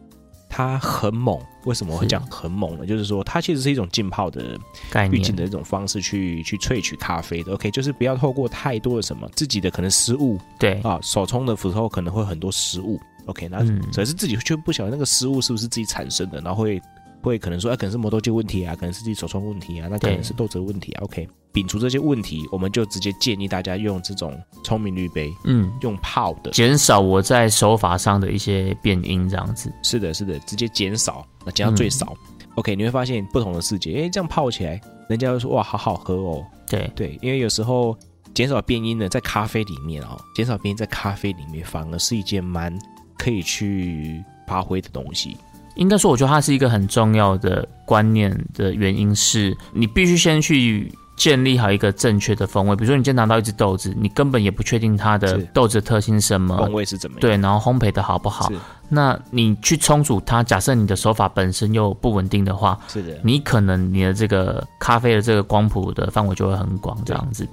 A: 它很猛。为什么我会
B: 是
A: 讲很猛呢？就是说它其实是一种浸泡的
B: 概
A: 预
B: 念
A: 警的一种方式去去萃取咖啡的。OK，就是不要透过太多的什么自己的可能失误
B: 对，
A: 啊，手冲的时候可能会很多失误。OK，那
B: 嗯
A: 可是自己却不晓得那个失误是不是自己产生的，然后会会可能说，啊，可能是磨豆机问题啊，可能是自己手冲问题啊，那可
B: 对
A: 能是豆子的问题啊。OK，摒除这些问题，我们就直接建议大家用这种聪明滤杯，
B: 嗯，
A: 用泡的。
B: 减少我在手法上的一些变音这样子。
A: 是的，是的，直接减少，那减到最少。OK，你会发现不同的世界，诶，这样泡起来，人家就说哇，好好喝哦。
B: 对，
A: 对，因为有时候减少变音呢，在咖啡里面哦，减少变音在咖啡里面反而是一件蛮可以去发挥的东西。
B: 应该说，我觉得它是一个很重要的观念的原因是，你必须先去。建立好一个正确的风味，比如说你今天拿到一只豆子，你根本也不确定它的
A: 是
B: 豆子的特性是什么
A: 风，味是怎么样？
B: 啊对，然后烘焙的好不好，那你去冲煮它，假设你的手法本身又不稳定的话，
A: 是是的，
B: 你可能你的这个咖啡的这个光谱的范围就会很广，这样子。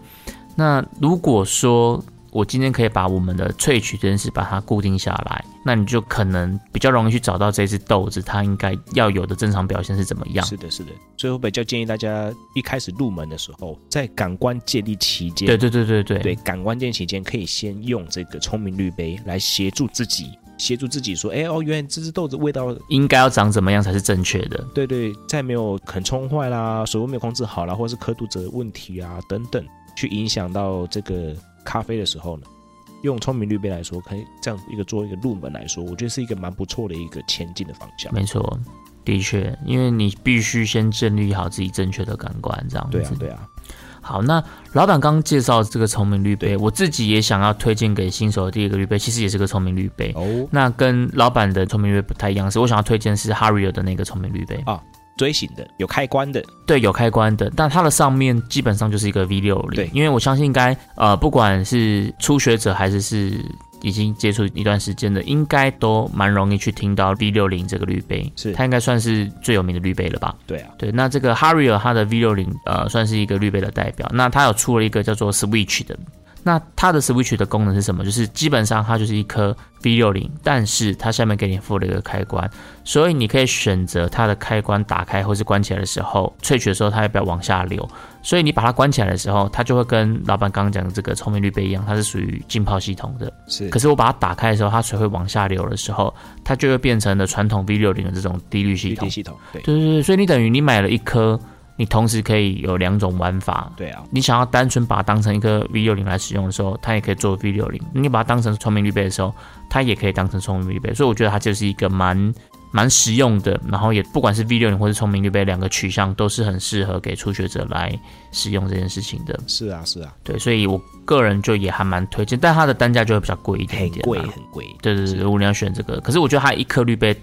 B: 那如果说我今天可以把我们的萃取这件事把它固定下来，那你就可能比较容易去找到这只豆子它应该要有的正常表现是怎么样。
A: 是的，是的。所以我比较建议大家一开始入门的时候，在感官建立期间，
B: 对对对对对
A: 对感官建立期间，可以先用这个聪明滤杯来协助自己，协助自己说，哎哦，原来这只豆子味道
B: 应该要长怎么样才是正确的？
A: 对对，在没有肯冲坏啦，水温没有控制好啦，或是刻度者问题啊等等，去影响到这个咖啡的时候呢，用聪明滤杯来说，可以这样一个做一个入门来说，我觉得是一个蛮不错的一个前进的方向。
B: 没错，的确，因为你必须先建立好自己正确的感官，这样子。
A: 对啊，对啊，
B: 好，那老板刚介绍这个聪明绿杯，我自己也想要推荐给新手的第一个绿杯，其实也是个聪明绿杯。
A: 哦，
B: 那跟老板的聪明绿杯不太一样，是我想要推荐是 Harrier 的那个聪明绿杯，
A: 锥形的，有开关的，
B: 对，有开关的，但它的上面基本上就是一个 V 六零，
A: 对
B: 因为我相信应该呃，不管是初学者还是是已经接触一段时间的，应该都蛮容易去听到 V 六零这个绿杯，
A: 是
B: 它应该算是最有名的绿杯了吧？
A: 对啊，
B: 对，那这个 Harrier 它的 V 六零呃算是一个绿杯的代表，那它有出了一个叫做 Switch 的，那它的 Switch 的功能是什么？就是基本上它就是一颗 V 六零，但是它下面给你附了一个开关，所以你可以选择它的开关打开或是关起来的时候，萃取的时候它要不要往下流，所以你把它关起来的时候，它就会跟老板刚刚讲的这个聪明绿杯一样，它是属于浸泡系统的。
A: 是
B: 可是我把它打开的时候，它水会往下流的时候，它就会变成了传统 V 六零的这种低滤系
A: 滴
B: 统
A: 滴。系统，对
B: 对对对，所以你等于你买了一颗，你同时可以有两种玩法。
A: 对啊，
B: 你想要单纯把它当成一个 V 六零来使用的时候，它也可以做 V 六零；你把它当成聪明绿杯的时候，它也可以当成聪明绿杯。所以我觉得它就是一个蛮蛮实用的，然后也不管是 V 六零或是聪明绿杯两个取向，都是很适合给初学者来使用这件事情的。
A: 是啊，是啊，
B: 对，所以我个人就也还蛮推荐，但它的单价就会比较贵一点
A: 很
B: 点啦，
A: 贵很贵，
B: 对对对，如果你要选这个，可是我觉得它一颗绿杯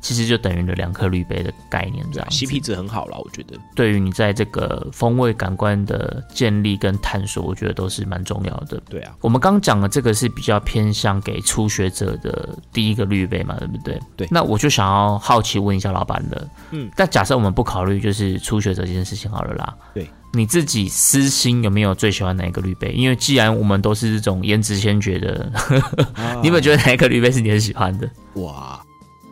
B: 其实就等于了两颗绿杯的概念这
A: 对啊
B: 样子。
A: ，CP 值很好啦，我觉得
B: 对于你在这个风味感官的建立跟探索，我觉得都是蛮重要的。
A: 对啊，
B: 我们刚讲的这个是比较偏向给初学者的第一个滤杯嘛，对不对？
A: 对
B: 那我就想要好奇问一下老板了，
A: 嗯，
B: 但假设我们不考虑就是初学者这件事情好了啦，
A: 对，
B: 你自己私心有没有最喜欢哪一个滤杯？因为既然我们都是这种颜值先觉的，
A: 啊
B: 你有没有觉得哪一个滤杯是你很喜欢的？
A: 得哇？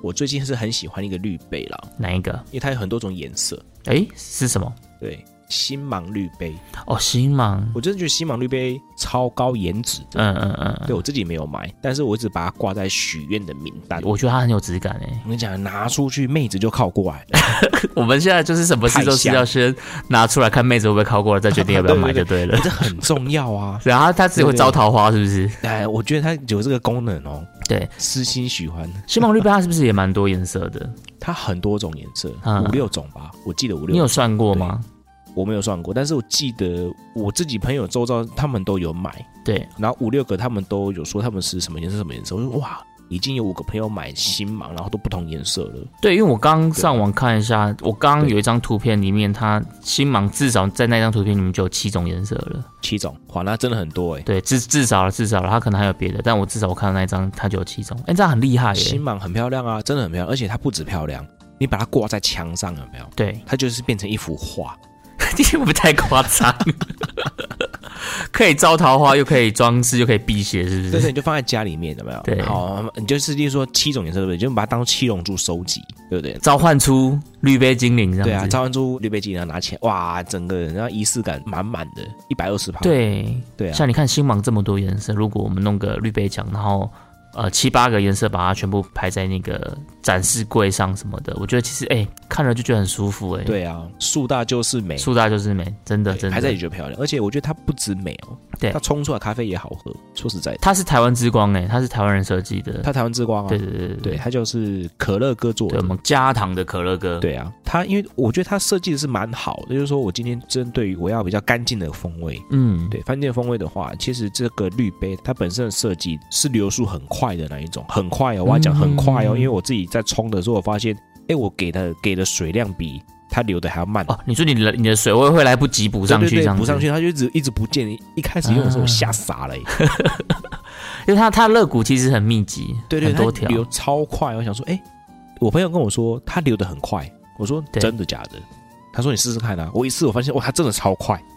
A: 我最近是很喜欢一个绿杯啦，
B: 哪一个？
A: 因为它有很多种颜色，
B: 诶，是什么？
A: 对，星芒滤杯，
B: 哦，星芒，
A: 我真的觉得星芒滤杯超高颜值的。
B: 嗯嗯嗯
A: 对我自己没有买，但是我一直把它挂在许愿的名单
B: 嗯，。我觉得它很有质感诶。
A: 我跟你讲，拿出去妹子就靠过 来了，
B: 我们现在就是什么事都是要先拿出来看妹子会不会靠过来，再决定要不要买就对了
A: 哎。这很重要啊！
B: 然后它只会招桃花，是不是？
A: 哎，我觉得它有这个功能哦，
B: 对，
A: 私心喜欢，
B: 星芒绿贝它是不是也蛮多颜色的？
A: 它很多种颜色，
B: 嗯
A: 五六种吧，我记得五
B: 你
A: 六
B: 有，算过吗？
A: 我没有算过，但是我记得我自己朋友周遭他们都有买，
B: 对，
A: 然后五六个他们都有说他们是什么颜色什么颜色，我说哇，已经有五个朋友买新芒，然后都不同颜色了，
B: 对，因为我刚上网看一下，我刚刚有一张图片里面，它星芒至少在那张图片里面就有七种颜色了。
A: 七种，哇，那真的很多哎、
B: 对，至至少了，至少了，它可能还有别的，但我至少我看到那一张它就有七种。哎，这样很厉害
A: 新
B: 耶！
A: 芒很漂亮啊，真的很漂亮，而且它不止漂亮，你把它挂在墙上有没有？
B: 对，
A: 它就是变成一幅画，
B: 这不太夸 张，可以招桃花，又可以装饰，又可以辟邪，是不
A: 对
B: 是？
A: 对，你就放在家里面有没有？
B: 对
A: 好，你就是例如说七种颜色对不对？就把它当七龙珠收集，对不对？
B: 召唤出绿杯精灵这样子。
A: 对啊，召唤出绿背景，然后拿起来，哇，整个人然后仪式感满满的，一百二十趴。
B: 对
A: 对啊，
B: 像你看星芒这么多颜色，如果我们弄个绿杯墙，然后呃七八个颜色把它全部排在那个展示柜上什么的，我觉得其实哎、看了就觉得很舒服哎、，
A: 对啊，树大就是美，
B: 树大就是美，真的
A: 对
B: 真
A: 拍在
B: 的
A: 也。觉得漂亮，而且我觉得它不止美哦，
B: 对
A: 它冲出来咖啡也好喝。说实在的，
B: 它是台湾之光哎、它是台湾人设计的。
A: 它台湾之光啊，
B: 对对对对
A: 对，它就是可乐哥做
B: 对我
A: 的。
B: 们加糖的可乐哥。
A: 对啊，它因为我觉得它设计的是蛮好的，就是说我今天针对于我要比较干净的风味，
B: 嗯，
A: 对，饭店风味的话，其实这个滤杯它本身的设计是流速很快的那一种，很快哦，我要讲很快哦，
B: 嗯
A: 因为我自己在冲的时候，我发现，哎，我给的给的水量比它流的还要慢。
B: 哦，你说你的你的水位会来不及补上
A: 对
B: 去，
A: 对
B: 这
A: 对，
B: 样
A: 补上
B: 子
A: 去，，它就一直一直不见。一开始用的时候，
B: 啊
A: 我吓傻 了、诶
B: 因为它它肋骨其实很密集，
A: 对对，
B: 很多
A: 它
B: 条。
A: 流超快。我想说，哎、我朋友跟我说它流的很快，我说
B: 对
A: 真的假的？他说你试试看啊。我一试，我发现哇，它真的超快。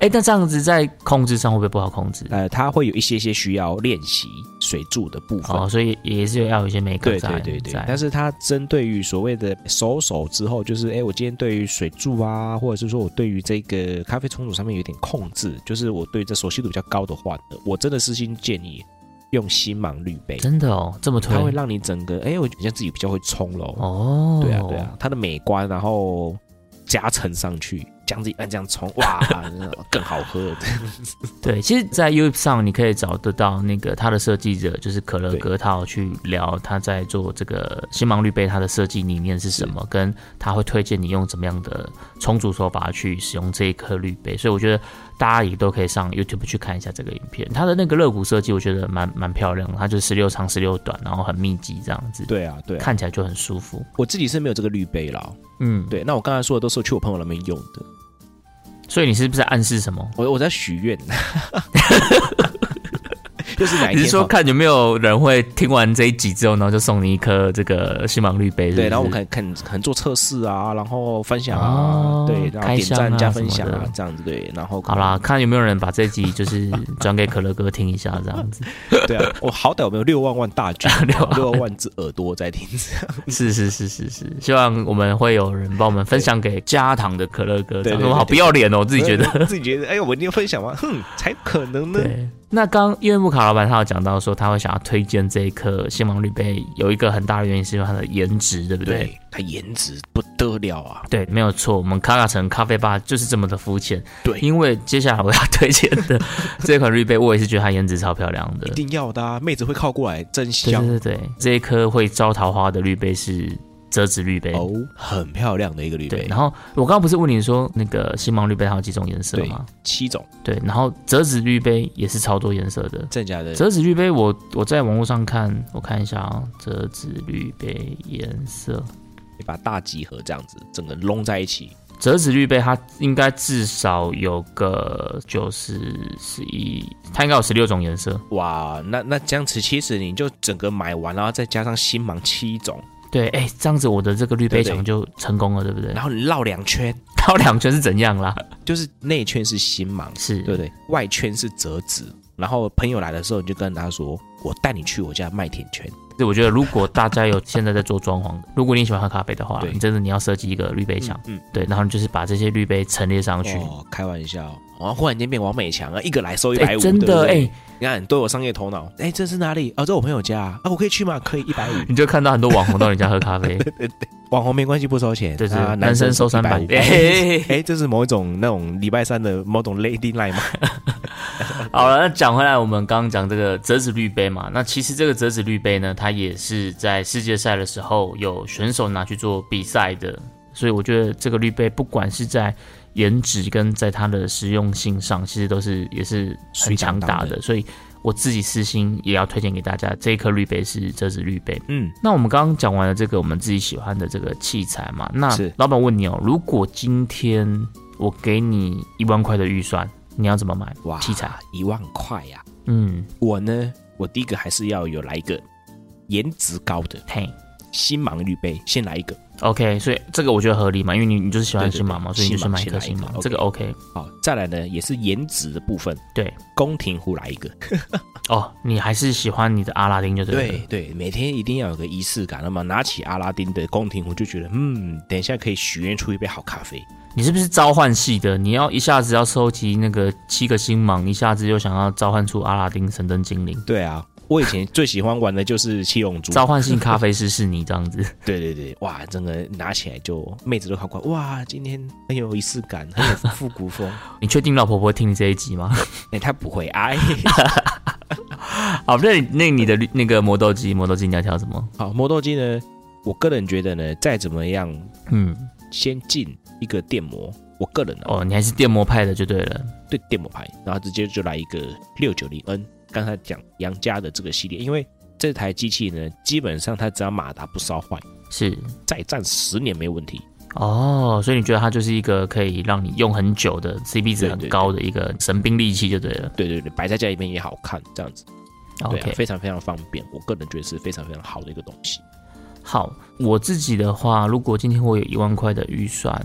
B: 哎，那这样子在控制上会不会不好控制？
A: 呃，它会有一些些需要练习水柱的部分。
B: 哦，所以也是要有一些美感
A: 对
B: 在。
A: 对对对，
B: 在
A: 但是它针对于所谓的收手之后，就是哎，诶我今天对于水柱啊，或者是说我对于这个咖啡冲煮上面有点控制，就是我对这熟悉度比较高的话，我真的私心建议用新芒滤杯，
B: 真的哦，这么推
A: 它会让你整个哎，我觉得自己比较会冲喽。
B: 哦，
A: 对啊对啊，它的美观然后加成上去，这样子一按这样冲，哇， 更好喝。
B: 对，其实，在 YouTube 上你可以找得到那个他的设计者，就是可乐哥，他有去聊他在做这个星芒绿杯，它的设计理念是什么，跟他会推荐你用怎么样的充足手法去使用这一颗绿杯，所以我觉得大家也都可以上 YouTube 去看一下这个影片，它的那个肋骨设计我觉得蛮蛮漂亮的，它就是十六长十六短，然后很密集这样子，
A: 对啊对啊，
B: 看起来就很舒服。
A: 我自己是没有这个滤杯啦。
B: 嗯，，
A: 对，那我刚才说的都是我去我朋友那边用的，
B: 所以你是不是在暗示什么？
A: 我我在许愿， 就是哪一
B: 你
A: 天
B: 是说
A: 好
B: 看有没有人会听完这一集之后，然后就送你一颗这个星芒绿杯？是不
A: 对，
B: 是
A: 然后我们可能可能做测试啊，然后分享啊，
B: 哦
A: 对，然后
B: 开
A: 点
B: 箱啊
A: 赞、加分享
B: 什么
A: 啊
B: 的，
A: 这样子对，然后
B: 好啦，，看有没有人把这 集就是转给可乐哥听一下，这样子。
A: 对啊，我好歹我们有六万万大
B: ，
A: 军啊
B: 六万
A: 六万只耳朵在听，
B: 是是是是是，希望我们会有人帮我们分享给加糖的可乐哥，这
A: 对
B: 样
A: 对
B: 我好
A: 对
B: 不要脸哦，我自己觉得。
A: 自己觉得，哎，我一定要分享完，哼，才可能呢。
B: 对，那刚因为木卡老板他有讲到说他会想要推荐这一颗星芒绿杯，有一个很大的原因是因为它的颜值，对不对？
A: 对，它颜值不得了啊！
B: 对，没有错，我们卡卡城咖啡吧就是这么的肤浅。
A: 对
B: 因为接下来我要推荐 的这款绿杯，我也是觉得它颜值超漂亮的
A: 一。定要的啊，妹子会靠过来，真
B: 对
A: 香
B: 对对对，这一颗会招桃花的绿杯是折纸绿杯。
A: 哦，很漂亮的一个绿
B: 对，
A: 杯
B: 然，后我刚刚不是问你说那个星芒绿杯它有几种颜色
A: 对
B: 吗？
A: 七种，
B: 对，然后折纸绿杯也是超多颜色的。
A: 真的假的？
B: 折纸绿杯我，我在网络上看，我看一下啊、折纸绿杯颜色，
A: 你把大集合这样子，整个拢在一起，
B: 折纸绿杯它应该至少有个九十十一，它应该有十六种颜色。
A: 哇，那那这样子，其实你就整个买完，然后再加上新芒七种，
B: 对，哎、这样子我的这个绿杯
A: 对对
B: 墙就成功了，对不对
A: 然？后你绕两圈，
B: 到两圈是怎样啦？
A: 就是内圈是新芒，
B: 是，
A: 对不对？外圈是折纸。然后朋友来的时候，你就跟他说：“我带你去我家麦田圈。
B: 所以我觉得，如果大家有现在在做装潢的，如果你喜欢喝咖啡的话，
A: 对
B: 你真的你要设计一个滤杯墙，
A: 嗯嗯
B: 对，然后你就是把这些滤杯陈列上去。
A: 哦，开玩笑，我忽然间变王美强啊，一个来收一
B: 哎
A: 百五，
B: 真的
A: 对不对
B: 哎
A: 你看都有商业头脑。哎，这是哪里？啊，这我朋友家啊，啊我可以去吗？可以，一百 五。
B: 你就看到很多网红到你家喝咖啡，
A: 网红没关系，不收钱。
B: 对对
A: 啊，
B: 男生收300
A: 150
B: 哎
A: 哎，这是某一种那种礼拜三的某种 lady night 吗？
B: 好了，那讲回来，我们刚刚讲这个折纸滤杯嘛，那其实这个折纸滤杯呢，它也是在世界赛的时候有选手拿去做比赛的，所以我觉得这个滤杯不管是在颜值跟在它的实用性上，其实都是也是很强
A: 水
B: 大
A: 当当
B: 的，所以我自己私心也要推荐给大家，这一颗滤杯是折纸滤杯。
A: 嗯，
B: 那我们刚刚讲完了这个我们自己喜欢的这个器材嘛，那
A: 是
B: 老板问你哦，如果今天我给你一万块的预算，你要怎么买
A: 哇，
B: 器材？
A: 一万块呀、
B: 嗯，
A: 我呢，我第一个还是要有来一个颜值高的
B: 嘿
A: 新盲滤杯，先来一个。
B: ，OK，所以这个我觉得合理嘛，因为你你就是喜欢
A: 对对
B: 新马嘛，
A: 对
B: 所以你就是
A: 新马
B: 买一颗
A: 先
B: 新
A: 来一
B: 马
A: 个，
B: 这个 OK。
A: 好，哦再来呢，也是颜值的部分，
B: 对，
A: 宫廷壶来一个。
B: 哦，你还是喜欢你的阿拉丁就 对了。
A: 对对，每天一定要有个仪式感。那么拿起阿拉丁的宫廷壶，就觉得嗯，等一下可以许愿出一杯好咖啡。
B: 你是不是召唤系的？你要一下子要收集那个七个星芒，一下子又想要召唤出阿拉丁神灯精灵，
A: 对啊，我以前最喜欢玩的就是七龙珠。
B: 召唤性咖啡师是你这样子。
A: 对对对，哇，整个拿起来就妹子都看过来，哇，今天很有仪式感，很有复古风。
B: 你确定老婆婆会听你这一集吗？
A: 哎、她不会哎。
B: 好，哦那你那你的那个磨豆机，磨豆机你要挑什么？
A: 好，磨豆机呢，我个人觉得呢，再怎么样，
B: 嗯，
A: 先进一个电磨，我个人哦，
B: 哦，你还是电磨派的就对了。
A: 对电磨牌，然后直接就来一个六九零 N，刚才讲杨家的这个系列，因为这台机器呢，基本上它只要马达不烧坏，
B: 是
A: 再战十年没问题。
B: 哦，所以你觉得它就是一个可以让你用很久的 CP 值
A: 对
B: 很
A: 对
B: 高的一个神兵利器就对了。
A: 对对对，摆在家里面也好看，这样子，对、啊
B: OK，
A: 非常非常方便，我个人觉得是非常非常好的一个东西。
B: 好，我自己的话，如果今天我有一万块的预算，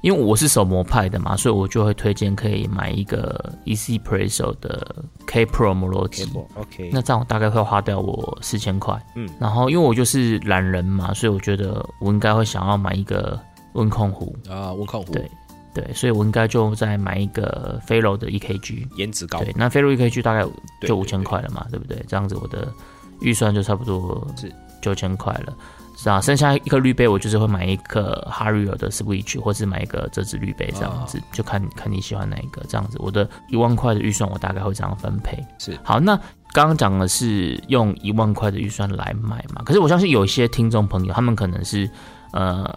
B: 因为我是手磨派的嘛，所以我就会推荐可以买一个 EC Presso 的 K Pro 磨罗机。
A: OK，
B: 那这样我大概会花掉我四千块，
A: 嗯
B: 然后因为我就是懒人嘛，所以我觉得我应该会想要买一个温控壶，
A: 啊，温控壶
B: 对对，所以我应该就再买一个飞柔的 E EKG，
A: 颜值高，
B: 对，那飞入一 K 去大概
A: 对
B: 就
A: 对
B: 五千
A: 对
B: 块了嘛，对不对？这样子我的预算就差不多
A: 是
B: 九千块了，是啊，剩下一个绿杯，我就是会买一个 Harrier 的 Switch，或是买一个折纸绿杯这样
A: 哦
B: 子，就看看你喜欢哪一个这样子。我的一万块的预算，我大概会这样分配。
A: 是
B: 好，那刚刚讲的是用一万块的预算来买嘛，可是我相信有一些听众朋友，他们可能是呃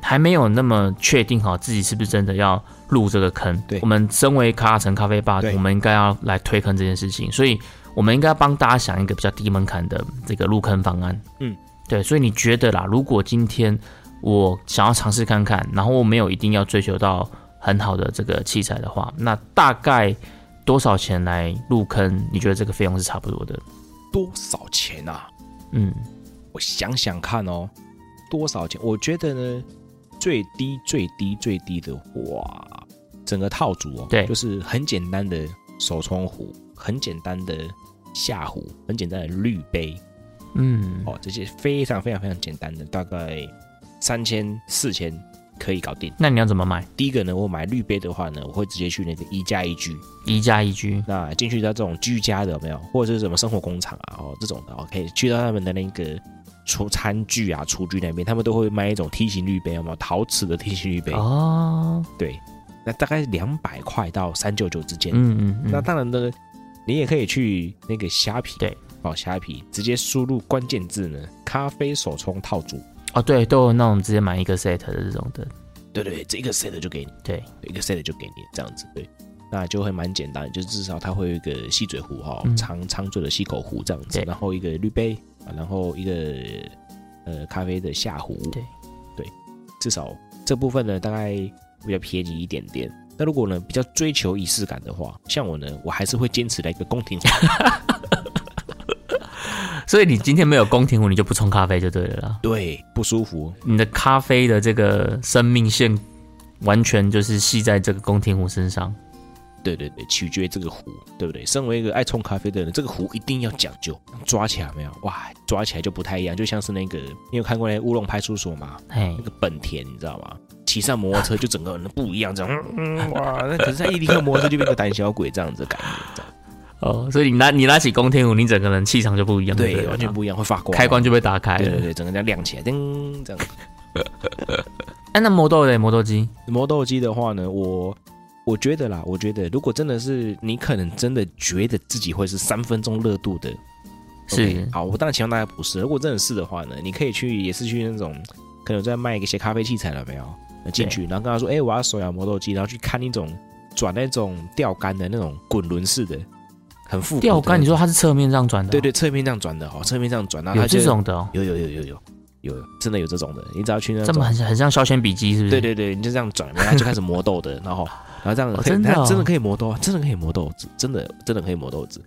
B: 还没有那么确定好自己是不是真的要入这个坑。
A: 对
B: 我们身为卡卡城咖啡吧，
A: 对
B: 我们应该要来推坑这件事情，所以我们应该帮大家想一个比较低门槛的这个入坑方案。
A: 嗯，
B: 对，所以你觉得啦，如果今天我想要尝试看看，然后我没有一定要追求到很好的这个器材的话，那大概多少钱来入坑？你觉得这个费用是差不多的？
A: 多少钱啊？
B: 嗯，
A: 我想想看哦，多少钱？我觉得呢，最低最低最低的哇，整个套组哦，
B: 对
A: 就是很简单的手冲壶，很简单的下壶，很简单的滤杯
B: 嗯，
A: 哦，这些非常非常非常简单的，大概三千四千可以搞定。
B: 那你要怎么买？
A: 第一个呢，我买滤杯的话呢，我会直接去那个一加一居，
B: 一加一居，
A: 那进去到这种居家的有没有，或者是什么生活工厂啊，哦这种的，哦，可以去到他们的那个厨餐具啊、厨具那边，他们都会卖一种梯形滤杯，有没有陶瓷的梯形滤杯？
B: 哦，
A: 对，那大概两百块到三九九之间。
B: 嗯嗯
A: 那
B: 嗯，
A: 当然呢，你也可以去那个虾皮，
B: 对，
A: 哦虾皮直接输入关键字呢，咖啡手冲套组，
B: 哦对，都有那种直接买一个 set 的这种的，
A: 对对对，这一个 set 就给你，
B: 对，
A: 一个 set 就给你这样子，对。那就会蛮简单，就是至少它会有一个吸嘴壶哈、
B: 嗯
A: 长长嘴的吸口壶这样子
B: 对，
A: 然后一个滤杯啊，然后一个呃咖啡的下壶，
B: 对
A: 对，至少这部分呢大概比较便宜一点点。那如果呢比较追求仪式感的话，像我呢，我还是会坚持来一个宫廷壶，
B: 所以你今天没有宫廷壶，你就不冲咖啡就对了啦。
A: 对，不舒服，
B: 你的咖啡的这个生命线完全就是系在这个宫廷壶身上。
A: 对对对，取决于这个壶，对不对？身为一个爱冲咖啡的人，这个壶一定要讲究，抓起来没有？哇，抓起来就不太一样，就像是那个你有看过那个乌龙派出所吗？
B: 嘿
A: 那，个本田，你知道吗？骑上摩托车就整个人不一样，这样，嗯嗯 哇，那可是他一离开摩托车就变个胆小鬼这样子的感觉，这样
B: 哦，所以你拿你拿起公天壶，你整个人气场就不一样，
A: 对，
B: 对，
A: 完全不一样，会发光，
B: 开关就被打开
A: 对
B: 了
A: 对。对，整个人亮起来，噔，这样。
B: 哎，那磨豆嘞，磨豆机，
A: 磨豆机的话呢，我我觉得啦，我觉得如果真的是你可能真的觉得自己会是三分钟热度的，
B: 是
A: OK，好，我当然希望大家不是。如果真的是的话呢，你可以去也是去那种可能有在卖一些咖啡器材了没有？那进去，然后跟他说，哎、我要手摇磨豆机，然后去看那种转那种钓竿的那种滚轮式的，很复古的
B: 钓竿，你说它是侧面这样转的哦？
A: 对对，侧面这样转的哦，侧面这样转，然后
B: 有
A: 它就
B: 这种的哦，
A: 有有有有有有有真的有这种的，你只要去那
B: 这
A: 种
B: 么很像很像削铅笔机，是不是？
A: 对对对，你就这样转，然后就开始磨豆的，然后然后这样
B: 哦
A: 可以，
B: 真的
A: 它
B: 哦
A: 真的可以磨豆啊，真的可以磨豆子，真的真的可以磨豆子。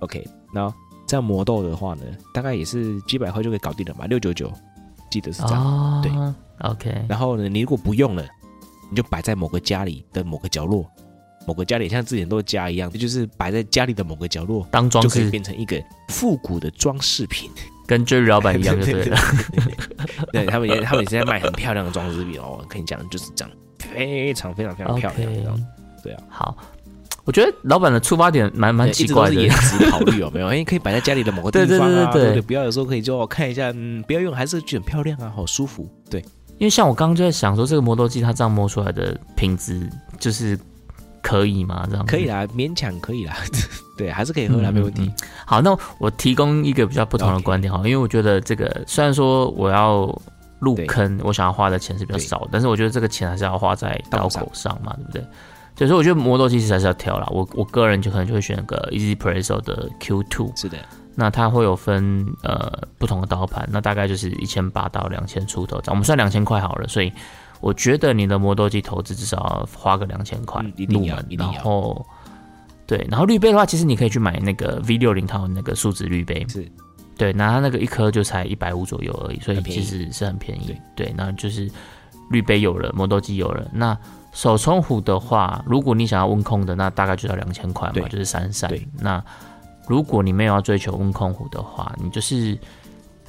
A: OK，然后这样磨豆的话呢，大概也是几百块就可以搞定了嘛，六九九，记得是这样。
B: 哦，
A: 对
B: ，OK，
A: 然后呢，你如果不用了，你就摆在某个家里的某个角落，某个家里像之前都家一样，就是摆在家里的某个角落，
B: 当装
A: 就可以
B: 饰，
A: 变成一个复古的装饰品。
B: 跟 Jerry 老板一样就
A: 对
B: 对了。
A: 对对对对他们也他们也是在卖很漂亮的装饰品哦，我跟你讲就是这样，非常非常非常漂亮这样
B: OK，。
A: 对啊，
B: 好，我觉得老板的出发点蛮蛮
A: 对
B: 奇怪的
A: 一直。都是颜值考虑有没有？因为可以摆在家里的某个地方啊，
B: 对对对对对
A: 对不不要有时候可以就哦看一下，嗯，不要用，还是觉得很漂亮啊，好舒服。对，
B: 因为像我刚刚就在想说，这个磨豆机它这样磨出来的品质就是可以吗？这样子
A: 可以。啦，勉强可以啦，对，还是可以喝啦，
B: 嗯
A: 没问题
B: 嗯。好，那我提供一个比较不同的
A: OK
B: 观点哈，因为我觉得这个虽然说我要入
A: 对
B: 坑，我想要花的钱是比较
A: 对
B: 少，但是我觉得这个钱还是要花在刀
A: 刀上
B: 口上嘛，对不对？所以说，我觉得磨豆其实还是要挑啦。我我个人就可能就会选个 Easy Presso 的 Q Two，
A: 是的，
B: 那它会有分呃不同的刀盘，那大概就是一千八到两千出头，我们算两千块好了。所以我觉得你的磨豆机投资至少要花个两千块
A: 嗯一
B: 入
A: 定要
B: 门
A: 一，定
B: 然
A: 要
B: 后对，然后滤杯的话，其实你可以去买那个 V 六零它有那个树脂滤杯，
A: 是
B: 对，那它那个一颗就才一百五左右而已，所以
A: 很便
B: 其
A: 宜
B: 实是很便宜。对，那就是滤杯有了，磨豆机有了，那手冲壶的话，如果你想要温控的，那大概就要两千块嘛
A: 对，
B: 就是三三
A: 对。
B: 那如果你没有要追求温控壶的话，你就是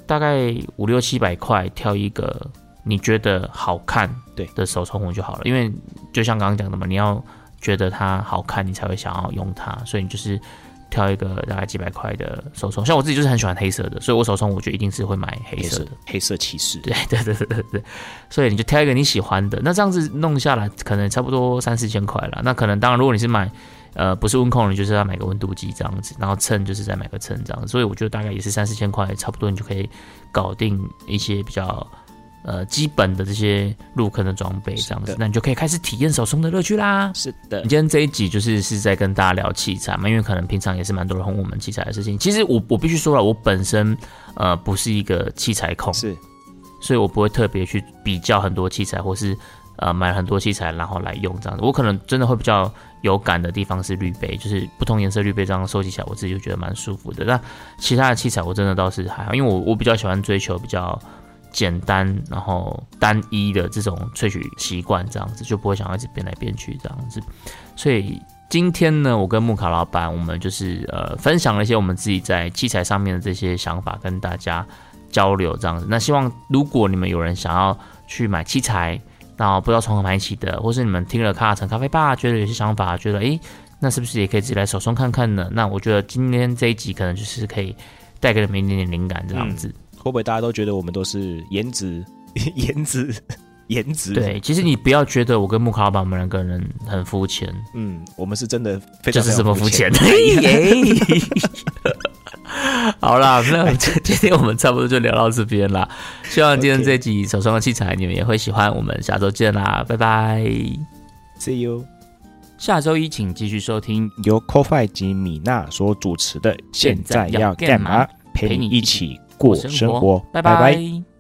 B: 大概五六七百块挑一个你觉得好看
A: 对
B: 的手冲壶就好了，因为就像刚刚讲的嘛，你要觉得它好看，你才会想要用它，所以你就是挑一个大概几百块的手冲。像我自己就是很喜欢黑色的，所以我手冲我就一定是会买黑
A: 黑
B: 色
A: 色
B: 的。
A: 黑色骑士，
B: 对 对对对对对，所以你就挑一个你喜欢的，那这样子弄下来可能差不多三四千块了。那可能当然，如果你是买呃不是温控，你就是要买个温度计这样子，然后秤就是再买个秤这样子。所以我觉得大概也是三四千块，差不多你就可以搞定一些比较呃基本的这些入坑的装备这样
A: 是
B: 子
A: 的，
B: 那你就可以开始体验手冲的乐趣啦。
A: 是的
B: 你，今天这一集就是是在跟大家聊器材嘛，因为可能平常也是蛮多人哄我们器材的事情。其实我我必须说了，我本身呃不是一个器材控，
A: 是
B: 所以我不会特别去比较很多器材，或是呃买很多器材然后来用这样子。我可能真的会比较有感的地方是滤杯，就是不同颜色滤杯这样收集起来，我自己就觉得蛮舒服的。那其他的器材我真的倒是还好，因为我我比较喜欢追求比较简单，然后单一的这种萃取习惯，这样子就不会想要一直变来变去这样子。所以今天呢，我跟木卡老板，我们就是呃分享了一些我们自己在器材上面的这些想法，跟大家交流这样子。那希望如果你们有人想要去买器材，那不知道从何买起的，或是你们听了卡卡城咖啡吧，觉得有些想法，觉得诶，那是不是也可以自己来手冲看看呢？那我觉得今天这一集可能就是可以带给你们一点点灵感这样子。
A: 会不会大家都觉得我们都是颜值颜值颜值？
B: 对，，其实你不要觉得我跟木卡老板我们两个人很肤 浅，
A: 嗯，我们是真的非
B: 这
A: 常
B: 是什么肤
A: 非常
B: 浅？耶！ 好啦，那今今天我们差不多就聊到这边啦。希望今天
A: OK
B: 这集手上的器材你们也会喜欢，我们下周见啦，拜拜。
A: ？See you。
B: 下周一请继续收听，
A: 由 CoFi 及米娜所主持的《现在要干嘛》，陪你一起过生活。
B: 拜
A: 拜
B: 拜